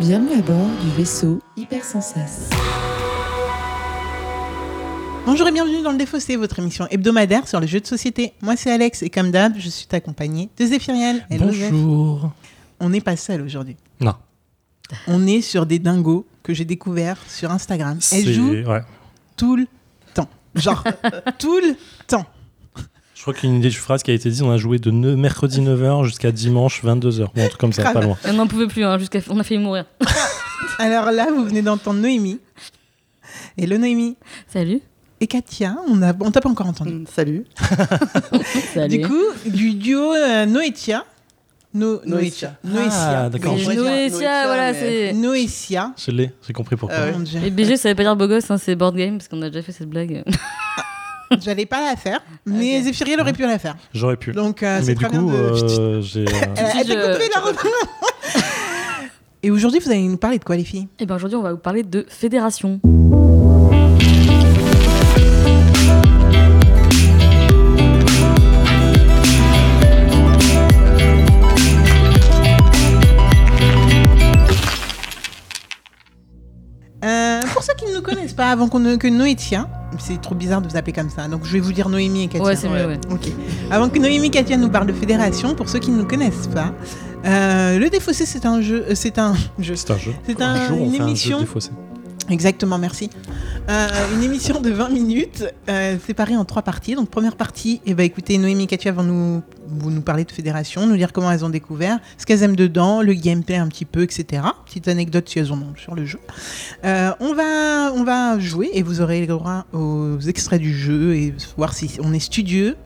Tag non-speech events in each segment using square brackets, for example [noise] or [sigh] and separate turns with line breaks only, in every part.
Bienvenue à bord du vaisseau Hypersensas.
Bonjour et bienvenue dans le Défaussé, votre émission hebdomadaire sur les jeux de société. Moi c'est Alex et comme d'hab, je suis accompagnée de Zéphiriel. Hello, Zeph.
Bonjour.
On n'est pas seul aujourd'hui.
Non.
On est sur des dingos que j'ai découverts sur Instagram. Elles
C'est-
jouent
ouais.
tout le temps.
[laughs]
Genre, tout le temps.
Je crois qu'il y a une idée de phrase qui a été dite on a joué de ne- mercredi 9h jusqu'à dimanche 22h. Ou un truc comme ça,
Grave.
pas loin.
On n'en pouvait plus, hein, jusqu'à... on a failli mourir. [laughs]
Alors là, vous venez d'entendre Noémie. Hello Noémie.
Salut.
Et Katia, on a- on t'a pas encore entendu.
Mm, Salut.
Salut.
Du coup, du duo euh, Noétia. No-
Noétia.
Noétia.
Ah, d'accord.
Oui,
Noé,
je vois bien,
Sia,
Noé,
voilà,
mais-
c'est.
Noétia.
Je l'ai, j'ai compris pourquoi.
Ah ouais.
Mon Dieu.
Et BG, ça veut pas dire beau gosse, hein, c'est board game, parce qu'on a déjà fait cette blague.
J'allais pas la faire, mais
Ok.
Zéphiriel aurait pu la faire.
J'aurais pu.
Donc, euh,
Mais
c'est
du
très bien
coup,
de...
euh, j'ai. euh,
[laughs] Elle- elle
Si, je-
t'écouterait, la reprend. [laughs] Et aujourd'hui, vous allez nous parler de quoi, les filles
Et bien Eh ben, aujourd'hui, on va vous parler de [laughs] fédération.
Euh, Pour ceux qui ne nous connaissent pas, avant qu'on ne- que Noétia, c'est trop bizarre de vous appeler comme ça, donc je vais vous dire Noémie et Katia.
Ouais, c'est mieux, ouais.
Ok. Avant que Noémie et Katia nous parlent de fédération, pour ceux qui ne nous connaissent pas, euh, le défaussé, c'est un jeu. euh, C'est un [laughs] jeu.
C'est un jeu.
C'est un-
jour, on
une
fait un jeu
émission. Oh,
défaussé.
Exactement, merci. Euh, une émission de 20 minutes, euh, séparée en trois parties. Donc, première partie, eh ben, écoutez, Noémie et Katia vont nous, vous nous parler de fédération, nous dire comment elles ont découvert, ce qu'elles aiment dedans, le gameplay un petit peu, etc. Petite anecdote si elles en ont sur le jeu. Euh, on, va, on va jouer et vous aurez le droit aux extraits du jeu et voir si on est studieux.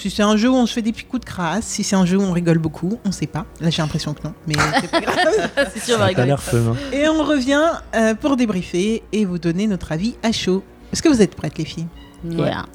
Si c'est un jeu où on se fait des petits coups de crasse, si c'est un jeu où on rigole beaucoup, on sait pas. Là, j'ai l'impression que non, mais c'est pas grave.
Ah, c'est sûr, on va
Ça a
rigoler.
l'air fun. hein.
Et on revient euh, pour débriefer et vous donner notre avis à chaud. Est-ce que vous êtes prêtes, les filles
Ouais.
Voilà.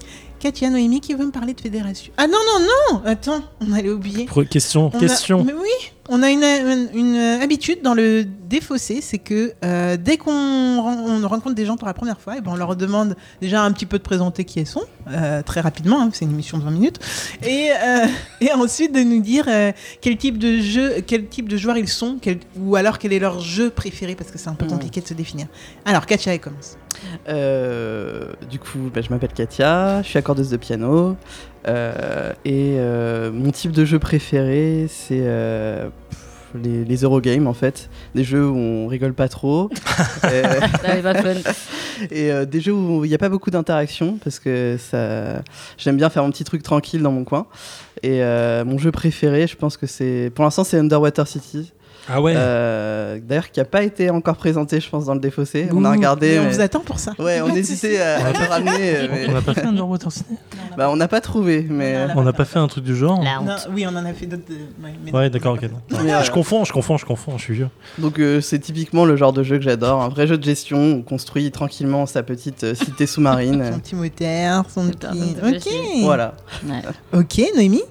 Katia, Noémie qui veut me parler de fédération. Ah non, non, non Attends, on allait oublier.
Pre- Question,
On a-
question.
Mais oui, on a une, une- une, euh, habitude dans le défaussé, c'est que euh, dès qu'on ren- on rencontre des gens pour la première fois, et ben on leur demande déjà un petit peu de présenter qui elles sont, euh, très rapidement, hein, c'est une émission de 20 minutes, et, euh, [laughs] et ensuite de nous dire euh, quel type de jeu, quel type de joueurs ils sont, quel- ou alors quel est leur jeu préféré, parce que c'est un peu
Mm.
compliqué de se définir. Alors, Katia, elle commence.
Euh, du coup, bah, je m'appelle Katia, je suis accordeuse de piano. euh, et euh, mon type de jeu préféré, c'est euh, pff, les, les Eurogames en fait. Des jeux où on rigole pas
[laughs]
trop. Euh,
Là, elle va fun.
et euh, des jeux où il n'y a pas beaucoup d'interaction parce que ça j'aime bien faire mon petit truc tranquille dans mon coin et euh, mon jeu préféré je pense que c'est pour l'instant c'est Underwater City
Ah ouais.
Euh, d'ailleurs qui n'a pas été encore présenté je pense dans le défaussé on a
Ouh,
regardé
mais on
mais-
vous attend pour ça.
ouais on hésitait à, à le ramener euh, mais-
On n'a pas fait un Underwater City
bah, on n'a pas trouvé mais
On n'a pas fait un truc du genre
La honte.
Non, oui, on en a fait d'autres. euh, ouais, mais-
Ouais, d'accord, ok. non.
Mais, euh,
Je confonds, je confonds, je confonds, je suis vieux.
donc euh, c'est typiquement le genre de jeu que j'adore un vrai jeu de gestion où on construit tranquillement sa petite euh, cité
Son
sous-marine
petit moteur, son
Putain,
petit.
ça me fait
Ok.
voilà
Ouais.
Ok, Noémie.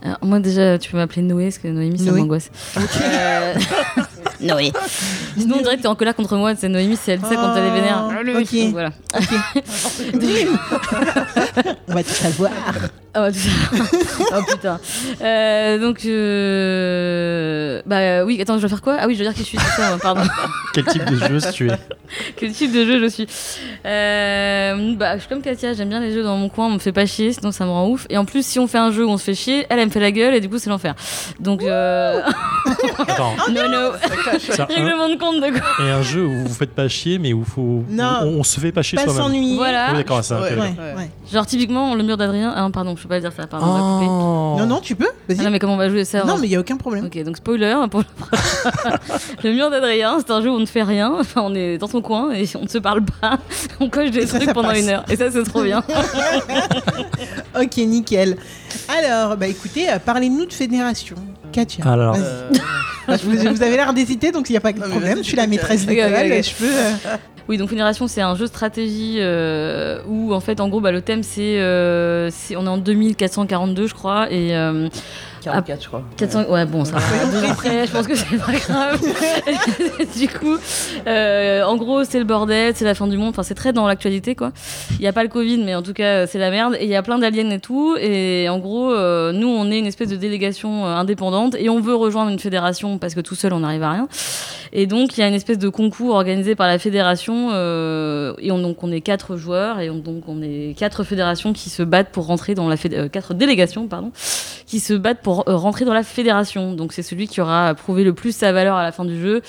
Alors, moi, déjà, tu peux m'appeler Noé, parce que Noémie, ça
Noé.
[laughs] m'angoisse. Euh, Noé. Sinon, on dirait que t'es en colère contre moi, c'est Noémie, c'est elle dit ça quand elle est vénère.
Oh, ok.
Donc, voilà.
[laughs] On va tout savoir.
Ah bah, tout ça. [laughs] oh putain. Euh, donc, euh... bah euh, oui, attends, je dois faire quoi Ah oui, je dois dire qui je suis, c'est ça, pardon.
Quel type de jeu si tu es
Quel type de jeu je suis Euh, bah, Je suis comme Katia, j'aime bien les jeux dans mon coin, on me fait pas chier, sinon ça me rend ouf. Et en plus, si on fait un jeu où on se fait chier, elle, elle me fait la gueule et du coup, c'est l'enfer. Donc, euh...
Attends,
[laughs] non, non,
[laughs] ça, un-
règlement de compte de quoi
et un jeu où vous faites pas chier, mais où faut,
Non.
on, on se fait pas chier
Ah, Pas
soi-même.
s'ennuyer. Ah.
Voilà.
Oui, d'accord, c'est un
Ouais.
peu-
Ouais,
Ouais.
ouais.
Genre, typiquement, le mur d'Adrien. Ah, non, pardon, je peux pas dire ça, pardon, on va couper.
Oh.
Non, non, tu peux.
Ah
Vas-y.
non, mais comment on va jouer ça
non,
on-
mais il n'y a aucun problème.
Ok, donc spoiler pour le [laughs] mur d'Adrien, c'est un jeu où on ne fait rien, enfin on est dans son coin et on ne se parle pas, [laughs] on coche des
Et ça,
trucs
ça
pendant
passe.
une heure et ça c'est trop bien.
Ok, nickel. Alors, bah écoutez, euh, parlez-nous de fédération. Katia.
Alors,
Vas-y.
Euh,
Vous, vous avez l'air d'hésiter, donc il n'y a pas de
Non, mais
problème.
vas-y,
Je suis la
tu
maîtresse
peux-
d'école,
Ok, ok, ok.
je peux. euh,
Oui, donc Fédération, c'est un jeu de stratégie euh, où, en fait, en gros, bah, le thème, c'est. euh, c'est- on est en 2442, je crois, et. euh,
44 je crois
400... Ouais, bon, ça va.
Soyons
Deux ans après, je pense que c'est pas
[laughs]
grave. [laughs] du coup, euh, en gros, c'est le bordel, c'est la fin du monde. Enfin, c'est très dans l'actualité, quoi. Il n'y a pas le Covid, mais en tout cas, c'est la merde. Et il y a plein d'aliens et tout. Et en gros, euh, nous, on est une espèce de délégation euh, indépendante et on veut rejoindre une fédération parce que tout seul, on n'arrive à rien. Et donc, il y a une espèce de concours organisé par la fédération. euh, et on, donc, on est quatre joueurs et on, donc on est quatre fédérations qui se battent pour rentrer dans la féd- euh, quatre délégations, pardon, qui se battent pour euh, rentrer dans la fédération. Donc, c'est celui qui aura prouvé le plus sa valeur à la fin du jeu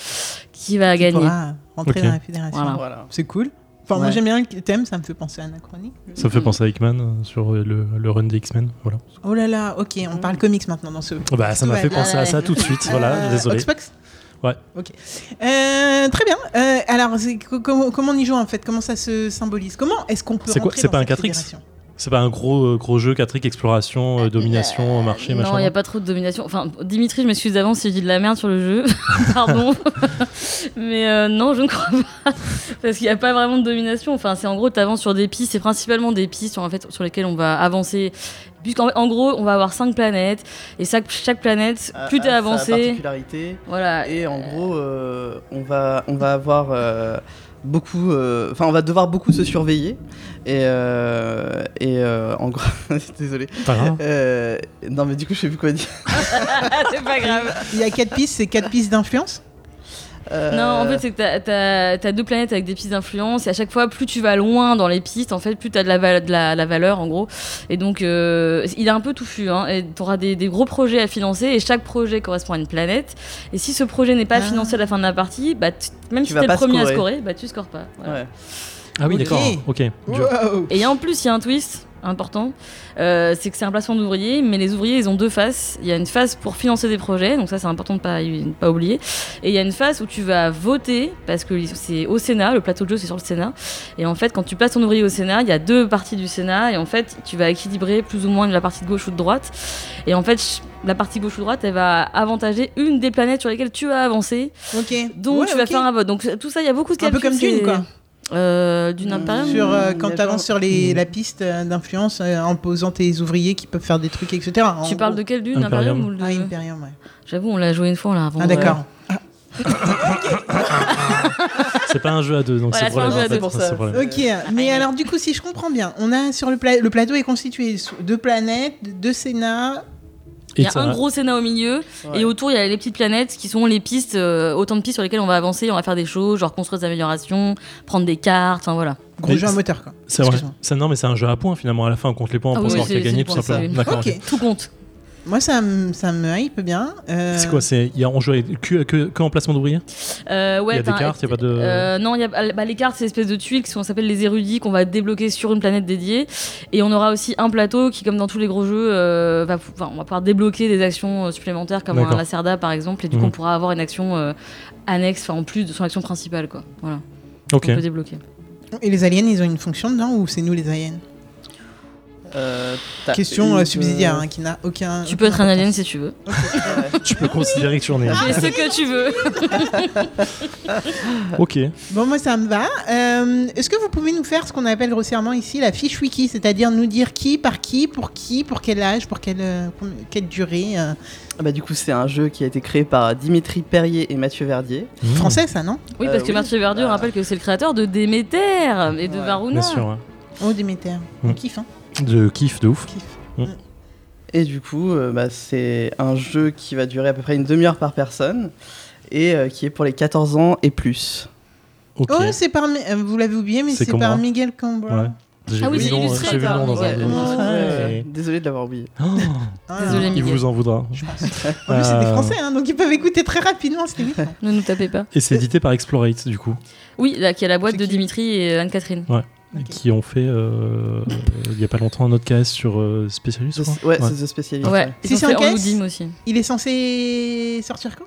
qui va
Tu
gagner.
pourras rentrer
Ok.
dans la fédération.
Voilà.
Voilà.
C'est cool. Enfin, moi
Ouais.
j'aime bien le thème, ça me fait penser à Anachronique.
Ça me fait penser à Hickman euh, sur euh, le, le run des X-Men. Voilà.
Oh là là, ok, on parle comics maintenant dans ce.
Bah, ça m'a
Ouais,
fait
ouais,
penser à
ouais.
ça tout de suite. Voilà,
Euh,
désolé.
Xbox
Ouais.
Ok. Euh, très bien. Euh, alors, c'est co- comment, comment on y joue en fait Comment ça se symbolise Comment est-ce qu'on peut
C'est quoi-
rentrer
c'est
dans
pas un
cette
4X?
fédération
C'est pas un gros, euh, gros jeu, 4 exploration, euh, domination, marché, machin.
Non, il n'y a pas trop de domination. Enfin, Dimitri, je m'excuse d'avance si je dis de la merde sur le jeu. [laughs] Pardon. Mais euh, non, je ne crois pas. Parce qu'il n'y a pas vraiment de domination. Enfin, c'est en gros, tu avances sur des pistes. C'est principalement des pistes sur, en fait, sur lesquelles on va avancer. Puisqu'en en gros, on va avoir cinq planètes. Et chaque, chaque planète, plus
À-
tu es
à sa
avancé. Ah.
particularité.
Voilà. [laughs]
Et en gros, euh, on, va, on va avoir euh, beaucoup. euh, Enfin, on va devoir beaucoup se surveiller. Et, euh, et euh, en gros. [laughs] Désolé.
Pas grave.
Euh, non, mais du coup, je sais plus quoi dire.
Ah, c'est pas grave.
Il y a 4 pistes, c'est 4 pistes d'influence
Euh,
Non, en fait, c'est que t'as- t'as as, deux planètes avec des pistes d'influence, et à chaque fois, plus tu vas loin dans les pistes, en fait, plus t'as de la, val- de, la, de la valeur, en gros. Et donc, euh, il est un peu touffu, hein, et t'auras des, des gros projets à financer, et chaque projet correspond à une planète. Et si ce projet n'est pas
Ah.
financé à la fin de la partie, bah, tu- même
Tu
si
vas
t'es le
pas
premier à
scorer.
scorer, bah, tu scores pas. Voilà.
ouais.
Ah oui,
Ok.
d'accord. Ok. Dieu.
Wow.
Et en plus, il y a un twist important, euh, c'est que c'est un placement d'ouvriers, mais les ouvriers, ils ont deux faces. Il y a une phase pour financer des projets, donc ça c'est important de pas, de pas oublier. Et il y a une phase où tu vas voter, parce que c'est au Sénat, le plateau de jeu c'est sur le Sénat. Et en fait, quand tu places ton ouvrier au Sénat, il y a deux parties du Sénat, et en fait, tu vas équilibrer plus ou moins de la partie de gauche ou de droite. Et en fait, ch- la partie gauche ou droite, elle va avantager une des planètes sur lesquelles tu as avancé.
Ok.
Donc
Ouais,
tu vas
ok.
faire un vote. Donc tout ça, il y a beaucoup de
Un peu
calculs,
comme Dune,
c'est-
quoi.
Euh, Dune Imperium
Sur, euh,
Mmh,
quand
les
tu avances
gens-
sur les,
Mm.
Mmh.
la piste euh, d'influence euh, en posant tes ouvriers qui peuvent faire des trucs, etc.
Tu parles de quelle dune
Imperium.
Imperium, ou le-
Ah, Imperium, ouais.
J'avoue, on l'a joué une fois, on l'a revendu.
Ah, d'accord.
C'est pas un jeu à deux, donc
Voilà,
c'est
c'est un
problème.
jeu à
en fait.
deux.
pour
C'est
ça.
problème.
Ok, mais alors du coup, si je comprends bien, on a sur le, pla- le plateau est constitué de planètes, de sénats.
euh. Il y
Et
a
ça-
un gros Sénat au milieu,
Ouais.
et autour, il y a les petites planètes qui sont les pistes, euh, autant de pistes sur lesquelles on va avancer, on va faire des choses, genre construire des améliorations, prendre des cartes, enfin voilà.
Gros
Mais
jeu à
c'est-
moteur, quoi.
C'est vrai.
Excuse-moi.
Ça, non, mais c'est un jeu à points finalement. À la fin, on compte les points
Ah
pour
oui,
savoir qui a
c'est- c'est
gagné,
des
tout
points, ça,
simplement.
oui.
D'accord.
Ok.
Tout compte.
Moi, ça me, ça me hype bien. Euh,
C'est quoi C'est il y a on joue avec- que, que, que en placement d'ouvrier
Euh, ouais,
Il y a des
t'as-
cartes, il y a pas de-
euh, non, il y a, bah, les cartes, c'est l'espèce de tuiles qui sont, on s'appelle les érudits qu'on va débloquer sur une planète dédiée. Et on aura aussi un plateau qui, comme dans tous les gros jeux, euh, va, pou- enfin, on va pouvoir débloquer des actions euh, supplémentaires, comme
D'accord.
un Lacerda par exemple, et du coup,
Mhm.
on pourra avoir une action euh, annexe, enfin en plus de son action principale, quoi. Voilà,
Ok.
on peut débloquer.
Et les aliens, ils ont une fonction dedans ou c'est nous les aliens
Euh, t'as
Question
une,
euh, subsidiaire
euh,
hein, qui n'a aucun.
Bah, Tu peux être un alien si tu veux.
Tu peux considérer que tu en es.
Ah,
un.
[laughs] Fais ce que tu veux.
Ok.
Bon, moi, ça me va. Euh, Est-ce que vous pouvez nous faire ce qu'on appelle grossièrement ici la fiche wiki, c'est-à-dire nous dire qui, par qui, pour qui, pour quel âge, pour quelle, euh, com- quelle durée euh,
Ah bah, du coup, c'est un jeu qui a été créé par Dimitri Perrier et Mathieu Verdier.
Mmh.
Français, ça, non
Oui,
Euh,
parce que
oui.
Mathieu Verdure
Bah.
rappelle que c'est le créateur de Déméter et de
Ouais.
Bien
Varuna.
sûr. ouais.
Oh, Déméter.
Mm.
On kiffe, hein
Hmm. De kiff de ouf.
Kiff.
Et du coup, euh, bah, c'est un jeu qui va durer à peu près une demi-heure par personne et euh, qui est pour les 14 ans et plus.
Ok.
Oh, c'est par. Mi- euh, Vous l'avez oublié, mais
C'est
c'est par
Combra.
Miguel Cambra.
Ouais. J'ai
Ah oui,
vu
c'est
le nom,
illustré,
j'ai vu le
ça,
nom dans un.
ouais.
Euh,
Ouais.
Désolé de l'avoir oublié.
Oh,
Ah,
Désolé,
en
il
Miguel.
vous en voudra.
plus, c'est des
Euh,
Français, hein, donc ils peuvent écouter très rapidement, c'est
[laughs]
limite.
Ne nous tapez pas.
Et c'est édité par Explorate du coup,
Oui, là, qui est la boîte
C'est
de
qui
Dimitri et euh, Anne-Catherine.
Ok.
qui ont fait euh, il y a pas longtemps un autre KS sur euh, Specialist. je
The-
crois.
ouais,
Ouais.
c'est The Specialist.
Ouais,
Si
ils ont
c'est
fait
en
All
caisse
Woodim aussi.
Il est censé sortir quand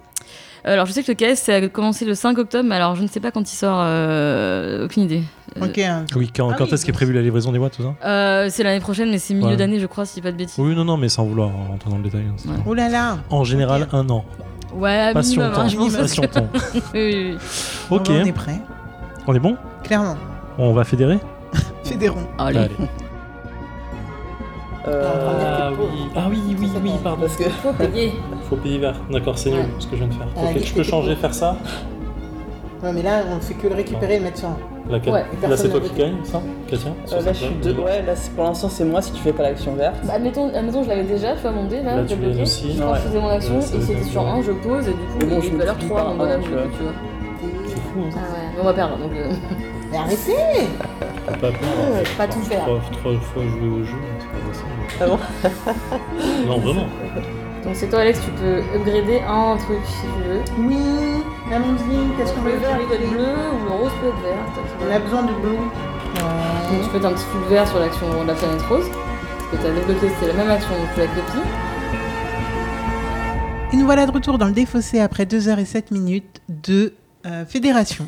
Euh, Alors, je sais que le KS, ça a commencé le 5 octobre, mais alors je ne sais pas quand il sort, euh, aucune idée. Euh,
Ok. hein.
Oui, quand,
Ah
quand
oui,
est-ce qu'est
donc-
prévue la livraison des boîtes, tout ça
Euh, c'est l'année prochaine, mais c'est milieu
Ouais.
d'année, je crois, si je dis pas de bêtises.
Oui, non, non, mais sans vouloir rentrer dans le détail. hein, c'est-
Ouais.
Oh là là.
En général,
Ok.
un an.
Ouais,
Passion
minimum, hein,
temps. [laughs]
je pense.
Passion
[laughs]
temps.
Oui, oui, oui.
Ok,
Oh, On est prêt.
on est bon
Clairement.
On va fédérer Bah,
Fédérons.
Allez.
Allez.
Euh,
ah oui, oui, oui, pardon.
Parce que euh,
Faut payer. Ah,
Faut payer vert. D'accord, c'est nul ce que je viens de faire. Ok, je peux changer, faire ça
Non, mais là, on fait que le récupérer et le mettre sur.
Laquelle
Ouais,
Là,
personne
c'est toi
n'a
qui
voté.
gagne, ça Katia sur
Euh, là,
cette
je suis
blague
deux. Ouais, là, c'est- pour l'instant, c'est moi si tu fais pas l'action verte.
Bah, admettons, admettons, je l'avais déjà, tu vois, mon dé, là,
Là, tu
je l'ai bloqué.
l'as aussi.
Quand
Ouais.
je faisais mon action,
Ouais,
et
c'est
c'était
ça.
sur 1, je pose, et du coup,
Mais bon,
il y a
je
une valeur
multiplie
3
par
dans mon
un,
bonhomme,
tu
du
vois.
coup, tu vois.
C'est fou,
Ah
hein.
ouais, mais on va perdre, donc... euh,
Mais arrêtez
Faut pas perdre.
Ouais, faut pas tout faire.
Trois, trois fois jouer au jeu, c'est pas possible.
Ah
[laughs] Non, vraiment.
Donc c'est toi, Alex, tu peux upgrader un truc, si tu veux.
Oui Allons-y, qu'est-ce qu'on
le
veut
vert,
faire
il doit être bleu, ou le rose peut être vert. toi, tu
On
vois.
a besoin de bleu.
Donc tu peux être un petit cube vert sur l'action de la planète rose. Parce que t'as débloqué, c'était la même action, donc tu la copies.
Et nous voilà de retour dans le défaussé après 2h07 minutes de euh, Fédération.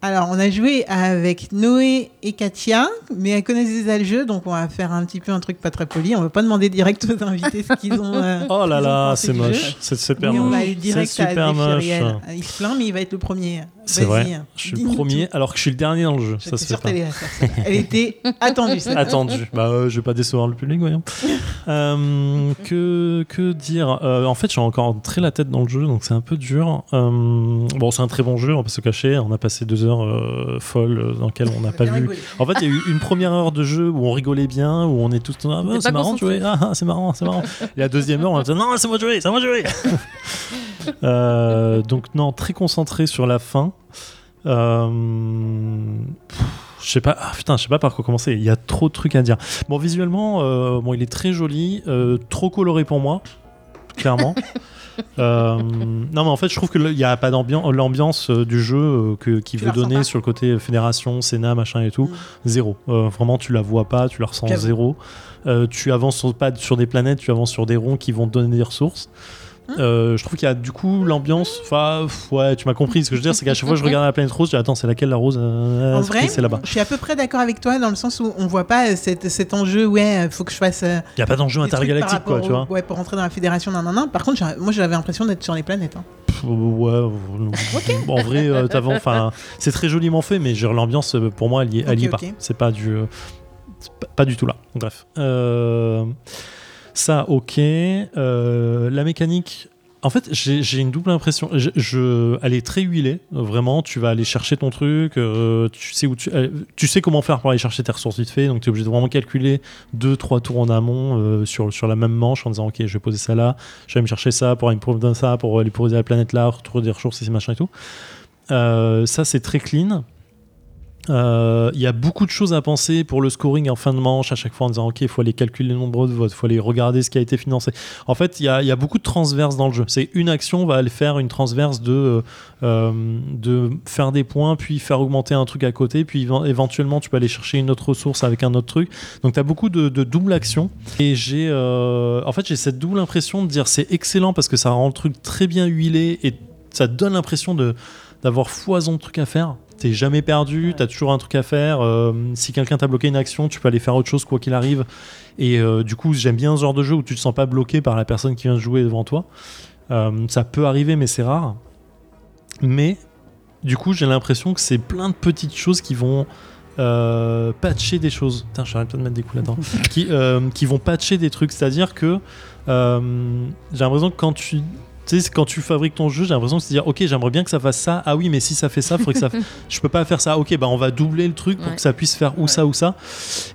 Alors, on a joué avec Noé et Katia, mais elles connaissent déjà le jeu, donc on va faire un petit peu un truc pas très poli. On va pas demander direct aux invités ce qu'ils ont. euh,
Oh
ce qu'ils ont
là là,
pensé
c'est
du
moche.
jeu.
C'est [laughs] super
Mais on
moche.
va aller
C'est
direct à
super moche. hein.
Zéphiriel. Il se plaint, mais il va être le premier.
C'est
Vas-y,
vrai. Je suis le
dis-nous
premier,
tout.
alors que je suis le dernier dans le jeu.
J'étais
Ça se fait
sûre
pas.
qu'elle allait la faire, celle-là. Elle était attendue. celle-là.
[laughs] Attendu. Bah, euh, je vais pas décevoir le
[laughs]
public, voyons. Euh, que, que dire Euh, En fait, j'ai encore très la tête dans le jeu, donc c'est un peu dur. Euh, bon, c'est un très bon jeu, on va pas se cacher. On a passé deux heures euh, folles euh, dans lesquelles on n'a
On a
pas
bien
vu.
rigolé.
En fait, il y a eu une première heure de jeu où on rigolait bien, où on est tous. Ah, bah,
T'es
c'est
pas
marrant de
concentré.
jouer. Ah, ah, c'est marrant, c'est marrant. Et la deuxième heure, on a dit non, c'est moi de jouer, c'est moi de jouer. Euh, donc, non, très concentré sur la fin. Euh, pff, Je sais pas, ah, putain, je sais pas par quoi commencer. Il y a trop de trucs à dire. Bon, visuellement, euh, bon, il est très joli, euh, trop coloré pour moi,
[laughs]
clairement. Euh, non, mais en fait, je trouve que le- il y a pas d'ambiance, l'ambiance euh, du jeu euh, que qui
Tu
veut
la ressens
donner
pas.
sur le côté euh, fédération, Sénat, machin et tout,
Mm.
zéro. Euh, vraiment, tu la vois pas, tu la ressens
J'avoue.
zéro. Euh, tu avances sur, pas sur des planètes, tu avances sur des ronds qui vont te donner des ressources.
Hein
Euh, je trouve qu'il y a du coup l'ambiance. Enfin, pff, ouais, tu m'as compris. Ce que je veux dire, c'est qu'à chaque fois que je regarde la planète rose, je dis attends, c'est laquelle la rose Euh,
En
c'est-
vrai,
c'est là-bas.
je suis à peu près d'accord avec toi dans le sens où on voit pas euh, cet, cet enjeu, ouais, euh, faut que je fasse. euh,
Il y a pas d'enjeu
des trucs
intergalactique,
par
quoi,
rapport
tu
au-
vois.
Ouais, pour rentrer dans la fédération, nan, nan, nan. Par contre, j'ai- moi j'avais l'impression d'être sur les planètes. hein.
Pff, ouais, euh, non. en vrai, euh, t'avances- enfin, c'est très joliment fait, mais genre, l'ambiance euh, pour moi, elle y est, elle y est
Ok, ok.
pas. C'est pas du, euh, c'est pas, pas du tout là. Bref, Euh, ça, ok. Euh, la mécanique. En fait, j'ai j'ai une double impression. Je, je- elle est très huilée, euh, vraiment. Tu vas aller chercher ton truc. euh, tu sais où tu, euh, tu sais comment faire pour aller chercher tes ressources vite fait. Donc, tu es obligé de vraiment calculer deux, trois tours en amont euh, sur, sur la même manche en disant, ok, je vais poser ça là je vais aller me chercher ça pour aller me prouver ça, pour aller prouver la planète là, retrouver des ressources ici, machin et tout. Euh, ça, c'est très clean. Euh, Il y a beaucoup de choses à penser pour le scoring en fin de manche, à chaque fois en disant ok, il faut aller calculer le nombre de votes, il faut aller regarder ce qui a été financé. En fait, il y a, il y a beaucoup de transverses dans le jeu. C'est une action va aller faire une transverse de, euh, euh, de faire des points, puis faire augmenter un truc à côté, puis éven- éventuellement tu peux aller chercher une autre ressource avec un autre truc. Donc tu as beaucoup de, de double action. Et j'ai, euh, en fait, j'ai cette double impression de dire c'est excellent parce que ça rend le truc très bien huilé et ça donne l'impression de d'avoir foison de trucs à faire. T'es jamais perdu, t'as toujours un truc à faire. euh, si quelqu'un t'a bloqué une action, tu peux aller faire autre chose quoi qu'il arrive. Et euh, du coup, j'aime bien ce genre de jeu où tu te sens pas bloqué par la personne qui vient de jouer devant toi. Euh, ça peut arriver, mais c'est rare. Mais du coup, j'ai l'impression que c'est plein de petites choses qui vont euh, patcher des choses. Putain, j'arrête pas de mettre des coups là-dedans. qui, euh, qui vont patcher des trucs. C'est-à-dire que euh, j'ai l'impression que quand tu. Tu sais, c'est quand tu fabriques ton jeu, j'ai l'impression de se dire, ok, j'aimerais bien que ça fasse ça. Ah oui, mais si ça fait ça, faudrait que
[laughs]
ça. Je peux pas faire ça. Ok, bah on va doubler le truc pour
Ouais.
que ça puisse faire ou ça ou ça.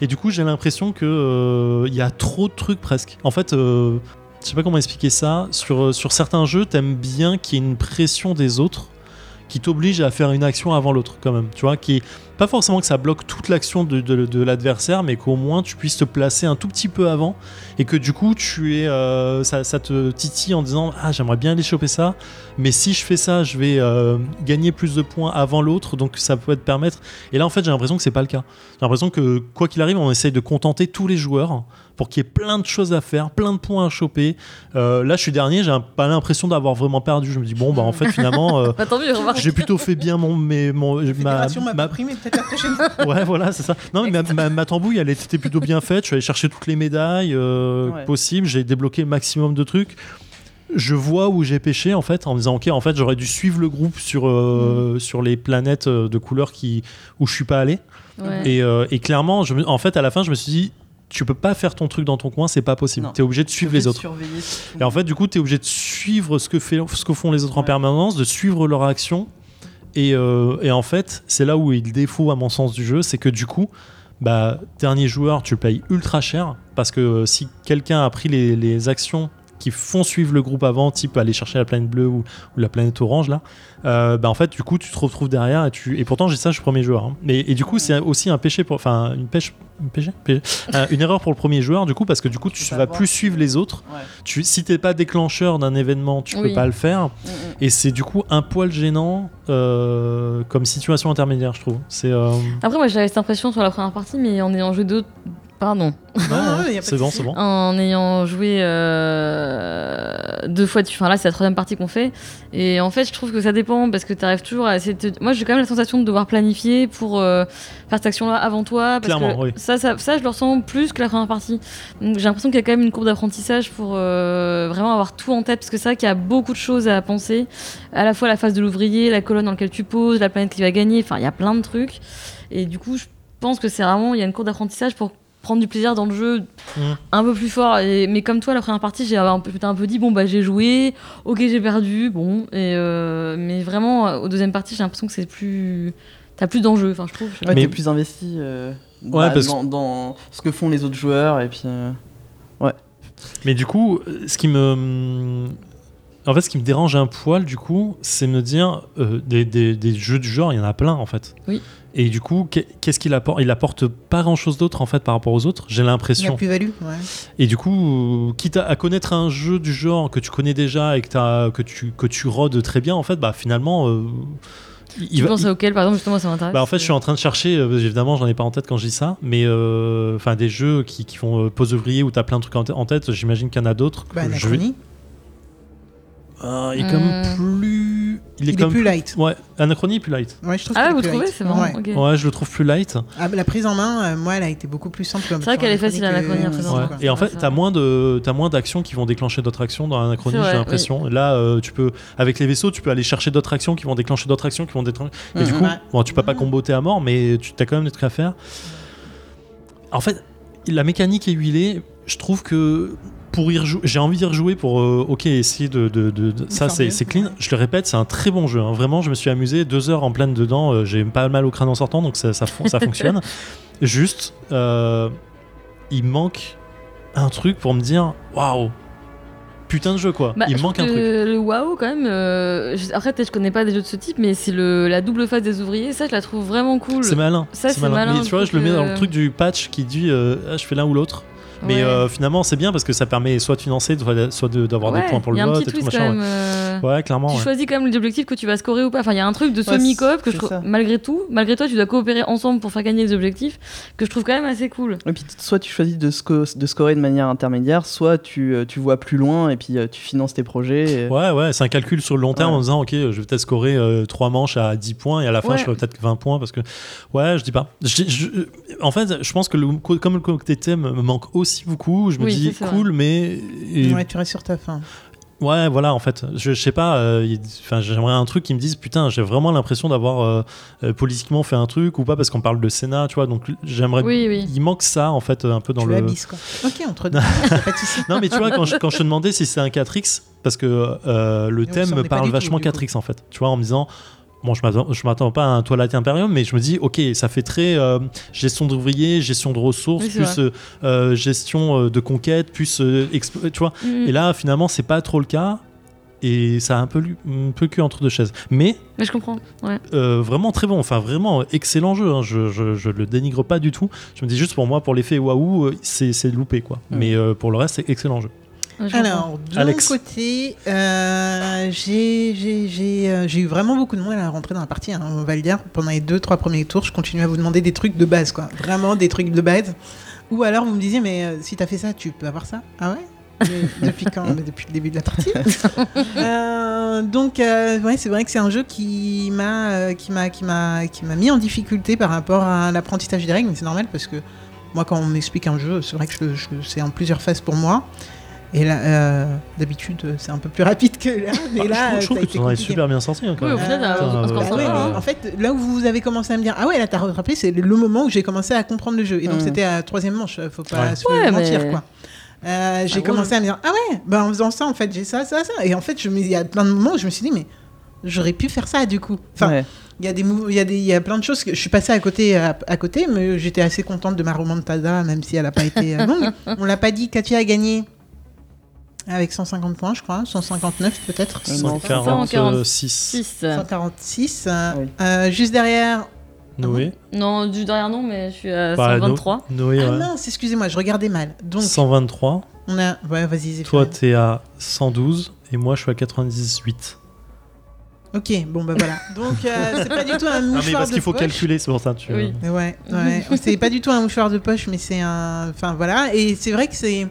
Et du coup, j'ai l'impression que euh, il y a trop de trucs presque. En fait, euh, je sais pas comment expliquer ça. Sur sur certains jeux, t'aimes bien qu'il y ait une pression des autres qui t'oblige à faire une action avant l'autre quand même. Tu vois, qui pas forcément que ça bloque toute l'action de, de- de l'adversaire, mais qu'au moins tu puisses te placer un tout petit peu avant et que du coup tu es, euh, ça, ça te titille en disant ah j'aimerais bien aller choper ça, mais si je fais ça, je vais euh, gagner plus de points avant l'autre, donc ça peut te permettre. Et là en fait j'ai l'impression que c'est pas le cas. J'ai l'impression que quoi qu'il arrive, on essaye de contenter tous les joueurs pour qu'il y ait plein de choses à faire, plein de points à choper. Euh, là je suis dernier, j'ai un- pas l'impression d'avoir vraiment perdu. Je me dis bon bah en fait finalement
[laughs]
euh,
Bah tant mieux, remarque.
j'ai plutôt fait bien mon, mes, mon ma,
Fédération m'a
ma-
pris, mais peut-être la prochaine
[laughs]
fois.
ouais voilà c'est ça non mais ma, ma- ma tambouille elle était plutôt bien faite je suis allé chercher toutes les médailles euh,
Ouais.
possibles j'ai débloqué le maximum de trucs je vois où j'ai pêché en fait en me disant ok en fait j'aurais dû suivre le groupe sur euh, sur les planètes euh, de couleur qui où je suis pas allé
Ouais.
et, euh, et clairement je me- en fait à la fin je me suis dit tu peux pas faire ton truc dans ton coin c'est pas possible
Non.
t'es obligé de suivre les autres
Surveiller tout.
et en fait, du coup, tu es obligé de suivre ce que, fait, ce que font les autres en
Ouais.
permanence, de suivre leur action. Et, euh, et en fait, c'est là où il défaut, à mon sens, du jeu, c'est que du coup, bah, dernier joueur, tu le payes ultra cher parce que euh, si quelqu'un a pris les, les actions qui font suivre le groupe avant, type aller chercher la planète bleue ou, ou la planète orange, là, euh, bah, en fait, du coup, tu te retrouves derrière et tu. Et pourtant, j'ai ça, je suis premier joueur. hein. Mais- et du coup, c'est aussi un péché pour. Enfin, une pêche. Une, péché Péché Euh, une erreur pour le premier joueur, du coup, parce que du coup, tu
Faut
vas
savoir.
plus suivre les autres. Tu, si t'es pas déclencheur d'un événement, tu
Oui.
peux pas le faire.
Mm, mm.
Et c'est du coup un poil gênant euh, comme situation intermédiaire, je trouve. C'est euh,
Après, moi, j'avais cette impression sur la première partie, mais en ayant joué d'autres. Pardon.
Ah, ouais, y a pas
c'est
de
bon,
souci.
c'est bon.
En ayant joué euh, deux fois, tu... enfin là c'est la troisième partie qu'on fait, et en fait je trouve que ça dépend parce que tu arrives toujours à essayer de te- Moi j'ai quand même la sensation de devoir planifier pour euh, faire cette action là avant toi, parce
Clairement,
que
oui.
ça, ça, ça je le ressens plus que la première partie. Donc j'ai l'impression qu'il y a quand même une courbe d'apprentissage pour euh, vraiment avoir tout en tête, parce que c'est vrai qu'il y a beaucoup de choses à penser, à la fois la phase de l'ouvrier, la colonne dans laquelle tu poses, la planète qui va gagner, enfin il y a plein de trucs, et du coup je pense que c'est vraiment, il y a une courbe d'apprentissage pour prendre du plaisir dans le jeu un peu plus fort. Et, mais comme toi, la première partie, j'ai un, peu- j'étais un peu dit bon bah j'ai joué, ok j'ai perdu, bon. Et euh, mais vraiment, euh, aux deuxième partie, j'ai l'impression que c'est plus, t'as plus d'enjeu. Enfin, je trouve. je sais pas.
Ouais,
Mais-
t'es plus investi euh, bah,
parce que-
dans, dans ce que font les autres joueurs et puis. euh,
Mais du coup, euh, ce qui me. En fait, ce qui me dérange un poil, du coup, c'est me dire euh, des, des- des jeux du genre, il y en a plein, en fait.
Oui.
Et du coup, qu'est- qu'est-ce qu'il apporte Il apporte pas grand-chose d'autre, en fait, par rapport aux autres, j'ai
Il y a
l'impression.
plus value. Ouais.
Et du coup, euh, quitte à, à connaître un jeu du genre que tu connais déjà et que, t'as- que, tu, que tu rodes très bien, en fait, bah finalement. euh, il-
Tu
il va-
penses
il-
à auquel, par exemple, justement, ça m'intéresse.
bah, en fait, je suis en train de chercher, euh, évidemment, j'en ai pas en tête quand je dis ça, mais euh, enfin des jeux qui, qui font euh, pause ouvrier où t'as plein de trucs en, tête- en tête, j'imagine qu'il y en a d'autres. que
Bah,
je vais-
Anachronie,
Ah, il est quand même
Hmm.
plus. Il est,
il
quand
est
même
plus light.
Ouais, Anachronie est plus light.
Ouais, je trouve
Ah
qu'il
ouais,
est
vous
plus
trouvez,
light.
c'est marrant.
Ouais.
ok.
Ouais, je le trouve plus light.
Ah, la prise en main, euh, moi, elle a été beaucoup plus simple. C'est
vrai qu'elle est facile, Anachronie, à présent.
Ouais.
Ouais.
Et en
Ouais,
fait,
c'est
t'as
vrai.
moins de t'as moins d'actions qui vont déclencher d'autres actions dans Anachronie,
C'est
j'ai
vrai,
l'impression. Là, euh, tu peux avec les vaisseaux, tu peux aller chercher d'autres actions qui vont déclencher d'autres actions qui vont déclencher. Et
Mhm.
du coup,
Ouais.
bon, tu peux pas
Mhm.
comboter à mort, mais tu as quand même des trucs à faire. En fait, la mécanique est huilée. Je trouve que pour y rejouer, j'ai envie d'y rejouer pour euh, ok essayer de, de- de- de- ça
faire
c'est
mieux.
c'est clean. Je le répète, c'est un très bon jeu. hein. Vraiment, je me suis amusé deux heures en pleine dedans. euh, j'ai pas mal au crâne en sortant, donc ça ça, fon-
[laughs]
ça fonctionne. Juste, euh, il manque un truc pour me dire waouh putain de jeu quoi.
Bah,
il
je
manque un
trouve
truc.
que Le waouh, quand même. euh, je- Après, peut-être je connais pas des jeux de ce type, mais c'est le... la double phase des ouvriers. Ça, je la trouve vraiment cool.
C'est malin.
Ça, c'est malin,
Mais tu vois,
le
je le mets
truc,
dans le
euh,
truc du patch qui dit euh, Ah, je fais l'un ou l'autre. Mais
Ouais.
euh, finalement, c'est bien parce que ça permet soit de financer, soit soit de- d'avoir
Ouais,
des points pour le
Il y a un
vote
petit
et tout
twist quand
machin.
même. euh,
ouais. Ouais, clairement.
Tu
ouais.
choisis quand même les objectifs que tu vas scorer ou pas. Enfin, il y a un truc de
Ouais,
semi-coop que
c'est
je trouve,
ça.
malgré tout, malgré toi, tu dois coopérer ensemble pour faire gagner les objectifs, que je trouve quand même assez cool.
Et puis, soit tu choisis de, sco- de scorer de manière intermédiaire, soit tu, euh, tu vois plus loin et puis euh, tu finances tes projets. et-
Ouais, ouais, c'est un calcul sur le long terme
Ouais.
en disant, ok, je vais peut-être scorer 3 manches à 10 points et à la fin,
Ouais.
je ferai peut-être 20 points parce que, ouais, je dis pas. Je- je- en fait, je pense que le, co- comme le côté thème me manque aussi beaucoup, je me
Oui,
dis,
ça, c'est
cool, mais. et-
Ouais, tu restes sur ta fin.
Ouais, voilà, en fait. Je, je sais pas, euh, il- enfin, j'aimerais un truc qui me dise, putain, j'ai vraiment l'impression d'avoir euh, euh, politiquement fait un truc ou pas, parce qu'on parle de Sénat, tu vois, donc j'aimerais.
Oui, oui.
Il manque ça, en fait, euh, un peu dans
tu
le.
l'abysses, quoi. Ok, entre
[laughs]
deux. y a pas de souci.
Non, mais tu vois, quand je, quand je te demandais si c'est un 4X, parce que euh, le
on
thème
s'en est
me
pas
parle
du tout,
vachement
du coup.
4X en fait. Tu vois, en me disant, bon, je m'attends- je m'attends pas à un Twilight Imperium, mais je me dis, ok, ça fait très euh, gestion d'ouvriers, gestion de ressources,
Oui, c'est
plus euh, euh, gestion euh, de conquête, plus. euh, exp- tu vois,
Mm.
et là, finalement, c'est pas trop le cas. Et ça a un peu, lu- un peu le cul entre deux chaises. Mais
Mais je comprends. Ouais.
euh, vraiment très bon, enfin vraiment excellent jeu. hein. Je, je, je le dénigre pas du tout. Je me dis juste pour moi, pour l'effet waouh, euh, c'est c'est loupé quoi.
Mm.
Mais euh, pour le reste, c'est excellent jeu.
Ouais, je comprends.
Alors, de
Alex.
mon côté, euh, j'ai- j'ai j'ai, euh, j'ai eu vraiment beaucoup de mal à rentrer dans la partie, hein, on va le dire. Pendant les deux, trois premiers tours, je continuais à vous demander des trucs de base, quoi. Vraiment des trucs de base. Ou alors, vous me disiez, mais euh, si t'as fait ça, tu peux avoir ça Ah ouais Mais depuis quand Mais Depuis le début de la partie. Euh, donc, euh, ouais, c'est vrai que c'est un jeu qui m'a, euh, qui m'a, qui m'a, qui m'a mis en difficulté par rapport à l'apprentissage des règles, mais c'est normal parce que moi, quand on m'explique un jeu, c'est vrai que je- je- c'est en plusieurs phases pour moi. Et là, euh, d'habitude, c'est un peu plus rapide que là. Mais là,
Ah, je trouve- je
ça
trouve
a
que
été
tu en es
compliqué.
super bien sorti hein, quand
Oui, au
même.
final,
Ah,
on, on se
Bah
euh,
concentre
Enfin,
ouais,
pas,
mais
hein.
en fait, là où vous avez commencé à me dire Ah ouais, là t'as rattrapé, c'est le moment où j'ai commencé à comprendre le jeu. Et donc
Mm.
c'était à la troisième manche, euh, faut pas
Ouais.
se
Ouais,
mentir
mais-
quoi. Euh, j'ai
gros
commencé à me dire Ah ouais, bah en faisant ça, en fait, j'ai ça, ça, ça. Et en fait, je me... il y a plein de moments où je me suis dit Mais j'aurais pu faire ça du coup. Enfin,
Ouais.
il y a des mou- il y a des- il y a plein de choses que je suis passée à côté à, à côté, mais j'étais assez contente de ma romantada, même si elle n'a pas été euh,
[laughs]
longue. On l'a pas dit, Katia a gagné avec 150 points, je crois, 159 peut-être.
Euh, non,
146.
6.
146. euh,
Oui.
euh, juste derrière.
Noé.
Non, du derrière non, mais je suis à
Bah, No-
123.
Noé,
Ah
ouais.
mince, excusez-moi, je regardais mal. Donc,
123.
on a. Ouais, vas-y, Zéphirine.
Toi, t'es à 112 et moi, je suis à 98.
Ok, bon, bah voilà. Donc, euh,
[laughs]
c'est pas du tout un
Non,
mouchoir
mais parce
de
qu'il faut
poche.
calculer, c'est pour ça. Tu...
Oui.
Ouais, ouais. c'est pas du tout un mouchoir de poche, mais c'est un. Enfin voilà, et c'est vrai que c'est.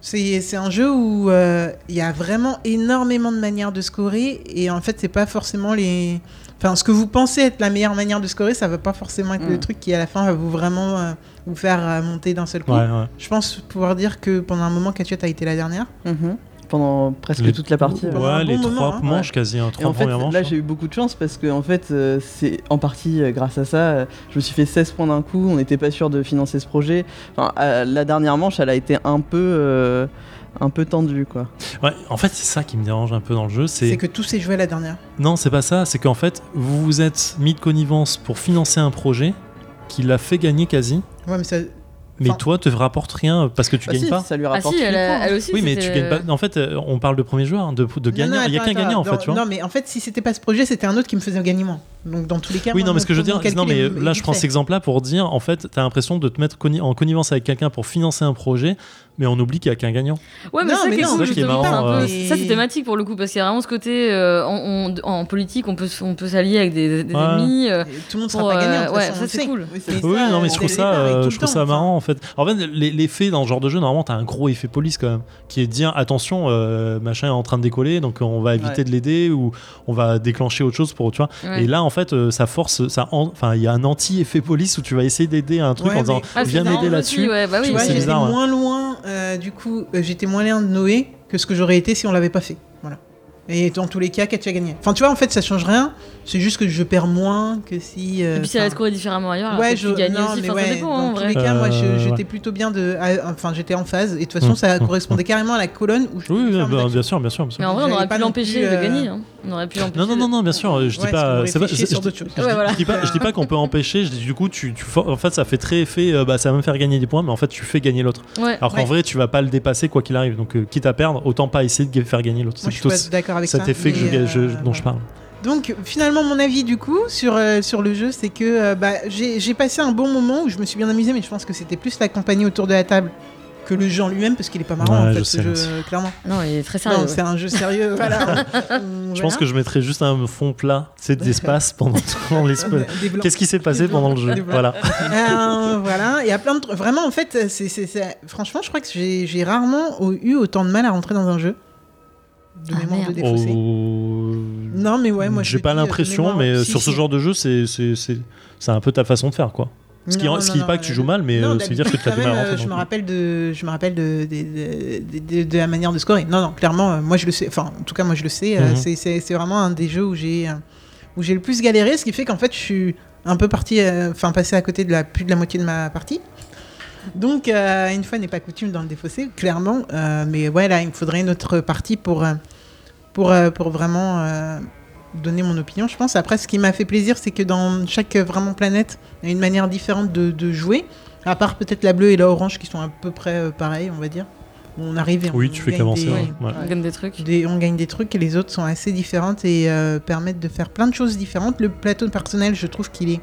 C'est c'est un jeu où euh, il y a vraiment énormément de manières de scorer, et en fait, c'est pas forcément les. Enfin, ce que vous pensez être la meilleure manière de scorer, ça va pas forcément être le
Mm.
truc qui, à la fin, va vous vraiment euh, vous faire euh, monter d'un seul coup.
Ouais, ouais.
Je pense pouvoir dire que pendant un moment, Katuette a été la dernière.
Mhm. Pendant presque
Les-
toute la partie.
Ouais,
alors.
un
les
bon
trois
moment, hein.
manches quasi, hein,
Et
trois
en fait,
premières manches.
là
hein.
j'ai eu beaucoup de chance parce que en fait, euh, c'est en partie euh, grâce à ça, euh, je me suis fait 16 points d'un coup. On n'était pas sûr de financer ce projet. Enfin, euh, la dernière manche, elle a été un peu, euh, un peu tendue, quoi.
Ouais, en fait, c'est ça qui me dérange un peu dans le jeu.
C'est
C'est
que tout s'est joué à la dernière.
Non, c'est pas ça. C'est qu'en fait, vous vous êtes mis de connivence pour financer un projet qui l'a fait gagner quasi.
Ouais, mais ça.
Mais
Enfin-
toi, te rapporte rien parce que tu
Bah
gagnes
si,
pas.
ça lui
Ah
rapporte.
si, elle,
huit
a-
points.
elle aussi.
Oui, mais tu
c'était-
gagnes pas. En fait, euh, on parle de premier joueur, hein, de, de
Non,
gagnant.
non,
Il y a
attends,
qu'un
attends,
gagnant en
dans-
fait, tu vois.
Non, mais en fait, si c'était pas ce projet, c'était un autre qui me faisait gagner moins. Donc, dans tous les cas.
Oui,
moi,
non, mais ce que je veux
mon
dire,
calcul
non, mais euh,
est-
là,
est
je prends
fait.
cet exemple-là pour dire, en fait, t'as l'impression de te mettre conni- en connivence avec quelqu'un pour financer un projet, mais on oublie qu'il n'y a qu'un gagnant.
euh, Ouais, mais
Non,
ça
mais
qui est
non,
cool,
c'est ça qui est
justement, c'est
marrant,
un peu-
euh.
Ça, c'est thématique pour le coup, parce qu'il y a vraiment ce côté euh, en, en- en politique, on peut, s- on peut s'allier avec des, des
Ouais.
ennemis. euh,
Et Tout le monde sera
Pour,
pas gagnant. de
euh,
toute
ouais,
façon,
ça,
on le
c'est
sait.
cool.
Mais c'est
Oui,
ça,
non, mais je
dès
trouve
le
ça,
départ et
euh,
tout le
je trouve
temps,
ça
enfin.
marrant en fait. En fait, les- l'effet dans ce genre de jeu, normalement, t'as un gros effet police quand même, qui est de dire attention, euh, machin est en train de décoller, donc euh, on va éviter
Ouais.
de l'aider ou on va déclencher autre chose pour, tu vois.
ouais. Ah,
Et là, en fait, euh, ça force, ça, en- enfin, il y a un anti-effet police où tu vas essayer d'aider un truc
Ouais,
en disant
mais-
Ah, c'est
viens
marrant
m'aider
aussi,
là-dessus.
ouais, bah oui,
Tu
Tu
vois,
mais-
c'est
j'étais
bizarre, ouais.
moins loin, euh, du coup, euh, j'étais moins loin de Noé que ce que j'aurais été si on l'avait pas fait. Voilà. Et dans tous les cas, Katia a gagné. Enfin, tu vois, en fait, ça change rien. C'est juste que je perds moins que si. euh,
Et puis si elle a
enfin,
scoré différemment ailleurs, alors
Ouais,
peut-être
je
Ah, qu'il gagne
non,
aussi.
mais
Enfin, ça
ouais,
dépend, hein,
dans
en
tous
vrai.
les cas, moi, je-
Euh,
j'étais
ouais.
plutôt bien de. à- Enfin, j'étais en phase. Et de toute façon,
Mm,
ça
mm,
correspondait carrément à la colonne où je.
Oui,
pouvais faire
bah,
mes actions.
bien sûr, bien sûr, bien sûr.
Mais en vrai, on
J'avais
aurait
pas
pu
non
l'empêcher
plus,
de
euh,
gagner. hein. On aurait pu l'empêcher.
Non, non, non, non, bien sûr, euh, je dis
Ouais,
pas.
parce qu'on
c'est pas-
réfléchit
je-
sur
je-
d'autres choses.
je-
[laughs] Ouais, voilà.
je dis pas, je dis pas qu'on peut [laughs] empêcher. je dis, du coup, tu, tu for- en fait, ça fait très effet. euh, bah, ça va me faire gagner des points, mais en fait, tu fais gagner l'autre.
Ouais.
Alors
Ouais.
qu'en vrai, tu vas pas le dépasser quoi qu'il arrive. Donc, euh, quitte à perdre, autant pas essayer de ga- faire gagner l'autre.
Moi,
C'est
je
plutôt
suis pas
c-
d'accord avec ça.
cet effet que je,
mais,
je-
euh,
dont je parle.
Donc finalement mon avis du coup sur, euh, sur le jeu c'est que euh, bah, j'ai j'ai passé un bon moment où je me suis bien amusée mais je pense que c'était plus la compagnie autour de la table que le jeu en lui-même parce qu'il est pas marrant
Ouais,
en fait
je
ce
sais,
jeu
je sais.
euh, clairement.
Non, il est très
Non,
sérieux. ouais.
c'est un jeu
[laughs]
sérieux voilà.
Je pense que je mettrais juste un fond plat, c'est d'espace
[laughs]
pendant tout l'espace. Qu'est-ce qui s'est passé
Des blancs.
pendant le
Des
jeu
blancs.
Voilà.
Euh, voilà, il y a plein de trucs. Vraiment, en fait, c'est c'est- c'est- franchement, je crois que j'ai j'ai rarement au- eu autant de mal à rentrer dans un jeu. De
Ah,
mémoire de
merde.
défausser.
Oh,
Non, mais ouais, moi je
J'ai
le
pas
dis, euh, de
l'impression,
mémoire.
mais euh,
Si,
sur ce
si.
genre de jeu, c'est c'est- c'est- c'est un peu ta façon de faire quoi. Ce qui
Non,
ce
non,
qui dit
non,
pas que tu
euh,
joues mal, mais
non,
euh, c'est dire que
d'habitude,
tu as du
quand
mal à
même, Je
rentrer. dans
me
le jeu.
rappelle de, je me rappelle de, de, de- de- de la manière de scorer. Non, non, clairement, euh, moi je le sais. Enfin, en tout cas, moi je le sais. euh,
Mhm.
c'est- c'est c'est vraiment un des jeux où j'ai euh, où j'ai le plus galéré, ce qui fait qu'en fait, je suis un peu parti, euh, enfin, passé à côté de la plus de la moitié de ma partie. Donc, euh, une fois n'est pas coutume dans le défaussé, clairement. euh, mais ouais, là, il me faudrait une autre partie pour euh, pour euh, pour vraiment. euh, donner mon opinion, je pense. Après, ce qui m'a fait plaisir, c'est que dans chaque euh, vraiment planète, il y a une manière différente de, de jouer. À part peut-être la bleue et la orange qui sont à peu près euh, pareilles, on va dire. On arrive et on
Oui, tu fais
gagne
qu'avancer.
des-
ouais. Ouais.
On gagne des trucs.
des- on gagne des trucs et les autres sont assez différentes et euh, permettent de faire plein de choses différentes. Le plateau de personnel, je trouve qu'il est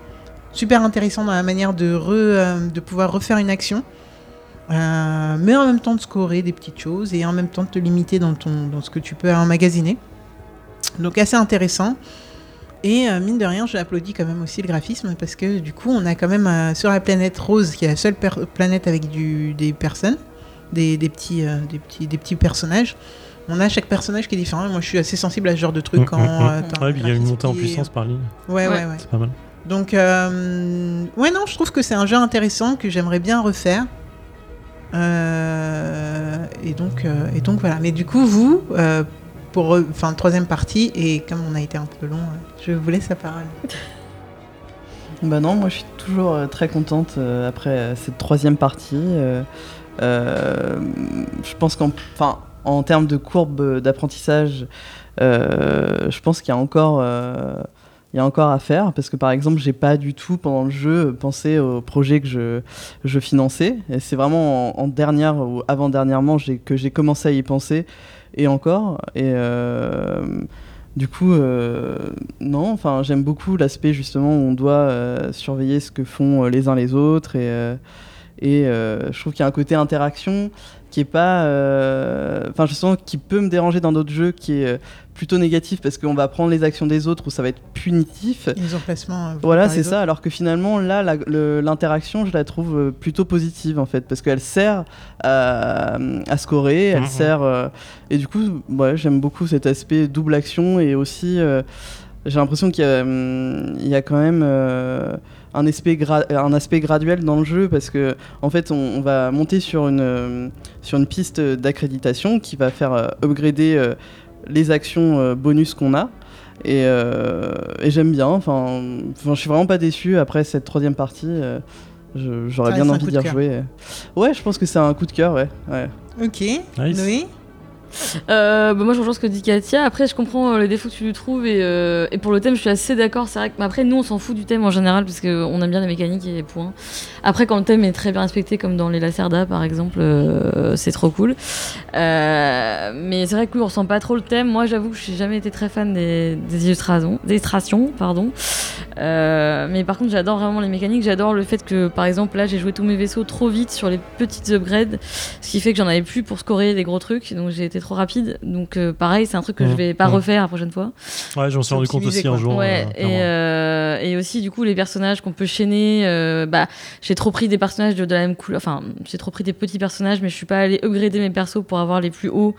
super intéressant dans la manière de, re- euh, de pouvoir refaire une action, euh, mais en même temps de scorer des petites choses et en même temps de te limiter dans, ton, dans ce que tu peux emmagasiner. Donc assez intéressant. Et euh, mine de rien, j'ai applaudi quand même aussi le graphisme parce que du coup, on a quand même euh, sur la planète rose, qui est la seule per- planète avec du, des personnes, des, des petits, euh, des, petits, des petits personnages, on a chaque personnage qui est différent. Et Moi, je suis assez sensible à ce genre de truc
Mm,
quand
mm, mm.
euh, t'as un
Ouais, puis il y a une
graphisme
montée en
qui est-
puissance par ligne,
Ouais, ouais,
Ouais.
ouais.
c'est pas mal.
Donc, euh, ouais, non, je trouve que c'est un jeu intéressant que j'aimerais bien refaire. Euh, et, donc, euh, et donc, voilà. Mais du coup, vous, euh, pour euh, enfin troisième partie, et comme on a été un peu long, euh, je vous laisse la parole.
Bah non, moi je suis toujours euh, très contente euh, après euh, cette troisième partie. euh, euh, je pense qu'en, enfin, en termes de courbe d'apprentissage, euh, je pense qu'il y a encore. euh, il y a encore à faire parce que par exemple j'ai pas du tout pendant le jeu pensé au projet que je, je finançais et c'est vraiment en, en dernière ou avant dernièrement que j'ai commencé à y penser et encore et euh, du coup euh, non enfin j'aime beaucoup l'aspect justement où on doit euh, surveiller ce que font euh, les uns les autres et euh, et euh, je trouve qu'il y a un côté interaction qui est pas euh, enfin justement qui peut me déranger dans d'autres jeux qui est euh, plutôt négatif parce qu'on va prendre les actions des autres où ça va être punitif
Les emplacements. euh,
voilà,
par les
c'est ça. Alors que finalement, là, la- le- l'interaction, je la trouve euh, plutôt positive en fait, parce qu'elle sert à, à scorer, elle
Mhm.
sert. euh, et du coup, ouais, j'aime beaucoup cet aspect double action et aussi, euh, j'ai l'impression qu'il y, a, hum, il y a quand même euh, un, aspect gra- un aspect graduel dans le jeu, parce que en fait, on, on va monter sur une, euh, sur une piste d'accréditation qui va faire euh, upgrader euh, les actions euh, bonus qu'on a. Et, euh, et j'aime bien. Enfin, enfin, je suis vraiment pas déçu après cette troisième partie. euh, je- J'aurais
Ça
bien
reste un
envie
coup
d'y
de cœur.
rejouer. Ouais, je pense que c'est un coup de cœur, ouais. ouais.
Ok.
Nice.
Noé
Euh, bah, moi, je rejoins ce que dit Katia. Après, je comprends euh, les défauts que tu lui trouves. Et, euh, et pour le thème, je suis assez d'accord. C'est vrai que, mais après, nous, on s'en fout du thème en général parce qu'on aime bien les mécaniques et les points. Après, quand le thème est très bien respecté, comme dans les Lacerda par exemple, euh, c'est trop cool. Euh, mais c'est vrai que lui, on ressent pas trop le thème. Moi, j'avoue que je n'ai jamais été très fan des, des illustrations. Des illustrations pardon. Euh, mais par contre, j'adore vraiment les mécaniques. J'adore le fait que, par exemple, là, j'ai joué tous mes vaisseaux trop vite sur les petites upgrades, ce qui fait que j'en avais plus pour scorer des gros trucs. Donc, j'ai été trop rapide. Donc, euh, pareil, c'est un truc que
Mhm.
je vais pas
Mhm.
refaire la prochaine fois.
Ouais, je m'en suis rendu compte
Optimiser,
aussi un
quoi.
jour.
Ouais,
euh, clairement.
et, euh, et aussi du coup les personnages qu'on peut chaîner, euh, bah j'ai trop pris des personnages de, de la même couleur, enfin j'ai trop pris des petits personnages, mais je suis pas allée upgrader mes persos pour avoir les plus hauts,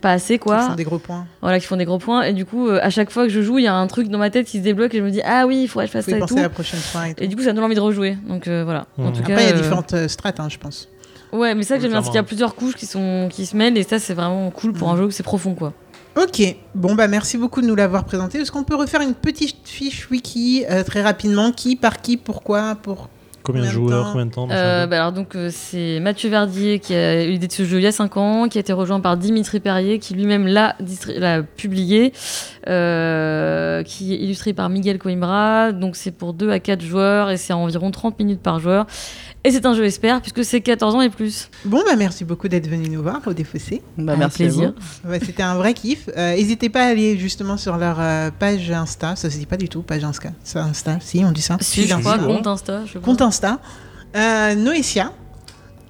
pas assez
Ils
quoi.
font des gros points.
Voilà qui font des gros points et du coup euh, à chaque fois que je joue il y a un truc dans ma tête qui se débloque et je me dis ah oui il faudrait que je fasse
Faut y
ça et
penser
tout.
la prochaine fois. Et tout.
Et du coup ça me donne envie de rejouer donc euh, voilà. En
Mhm.
tout
Après, il y a
cas, euh,
différentes euh, strates, hein, je pense.
Ouais mais ça que
Oui,
j'aime bien
clairement. Mm.
c'est qu'il y a plusieurs couches qui sont qui se mêlent et ça c'est vraiment cool pour un jeu où c'est profond quoi.
Ok. Bon, bah, merci beaucoup de nous l'avoir présenté. Est-ce qu'on peut refaire une petite fiche wiki euh, très rapidement Qui, par qui, pourquoi, pour.
Combien
Combien
de
de
joueurs,
temps
combien de temps machin,
Euh,
tout.
bah alors donc euh, c'est Mathieu Verdier qui a eu l'idée de ce jeu il y a 5 ans, qui a été rejoint par Dimitri Perrier qui lui-même l'a distri- l'a publié, euh, qui est illustré par Miguel Coimbra. Donc c'est pour 2 à 4 joueurs et c'est à environ 30 minutes par joueur. Et c'est un jeu expert puisque c'est 14 ans et plus.
Bon, bah, merci beaucoup d'être venu nous voir au défaussé.
Bah,
Avec
merci. à
plaisir.
vous.
Ouais, C'était un vrai kiff. Euh, N'hésitez pas à aller justement sur leur euh, page Insta. Ça se dit pas du tout, page Insta. Ça, Insta, si, on dit ça.
Si je
Page
crois,
Insta.
compte Insta. Je crois.
Compte Insta. Euh, Noétia.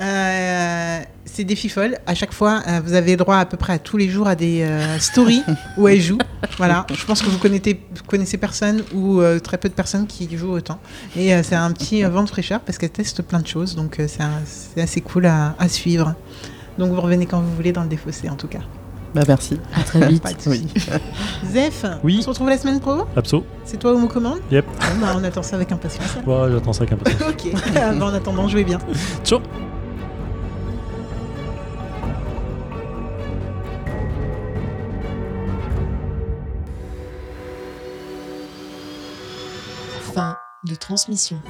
euh, c'est des folles. À chaque fois, euh, vous avez droit à peu près à tous les jours à des euh, stories où elle joue. Voilà. Je pense que vous connaissez, vous connaissez personne ou euh, très peu de personnes qui jouent autant. Et euh, c'est un petit euh, vent de fraîcheur parce qu'elle teste plein de choses. Donc euh, c'est un- c'est assez cool à, à suivre. Donc vous revenez quand vous voulez dans le défaussé en tout cas.
Bah, merci.
À très vite.
Pas de souci.
Oui.
Zef,
Oui.
on se retrouve la semaine pro
Abso
C'est toi ou mon commande
Yep.
Bon, bah, on attend ça avec impatience. alors.
Ouais, j'attends ça avec
[laughs]
impatience.
ok. Bon, en attendant, jouez bien.
Ciao
Fin de transmission.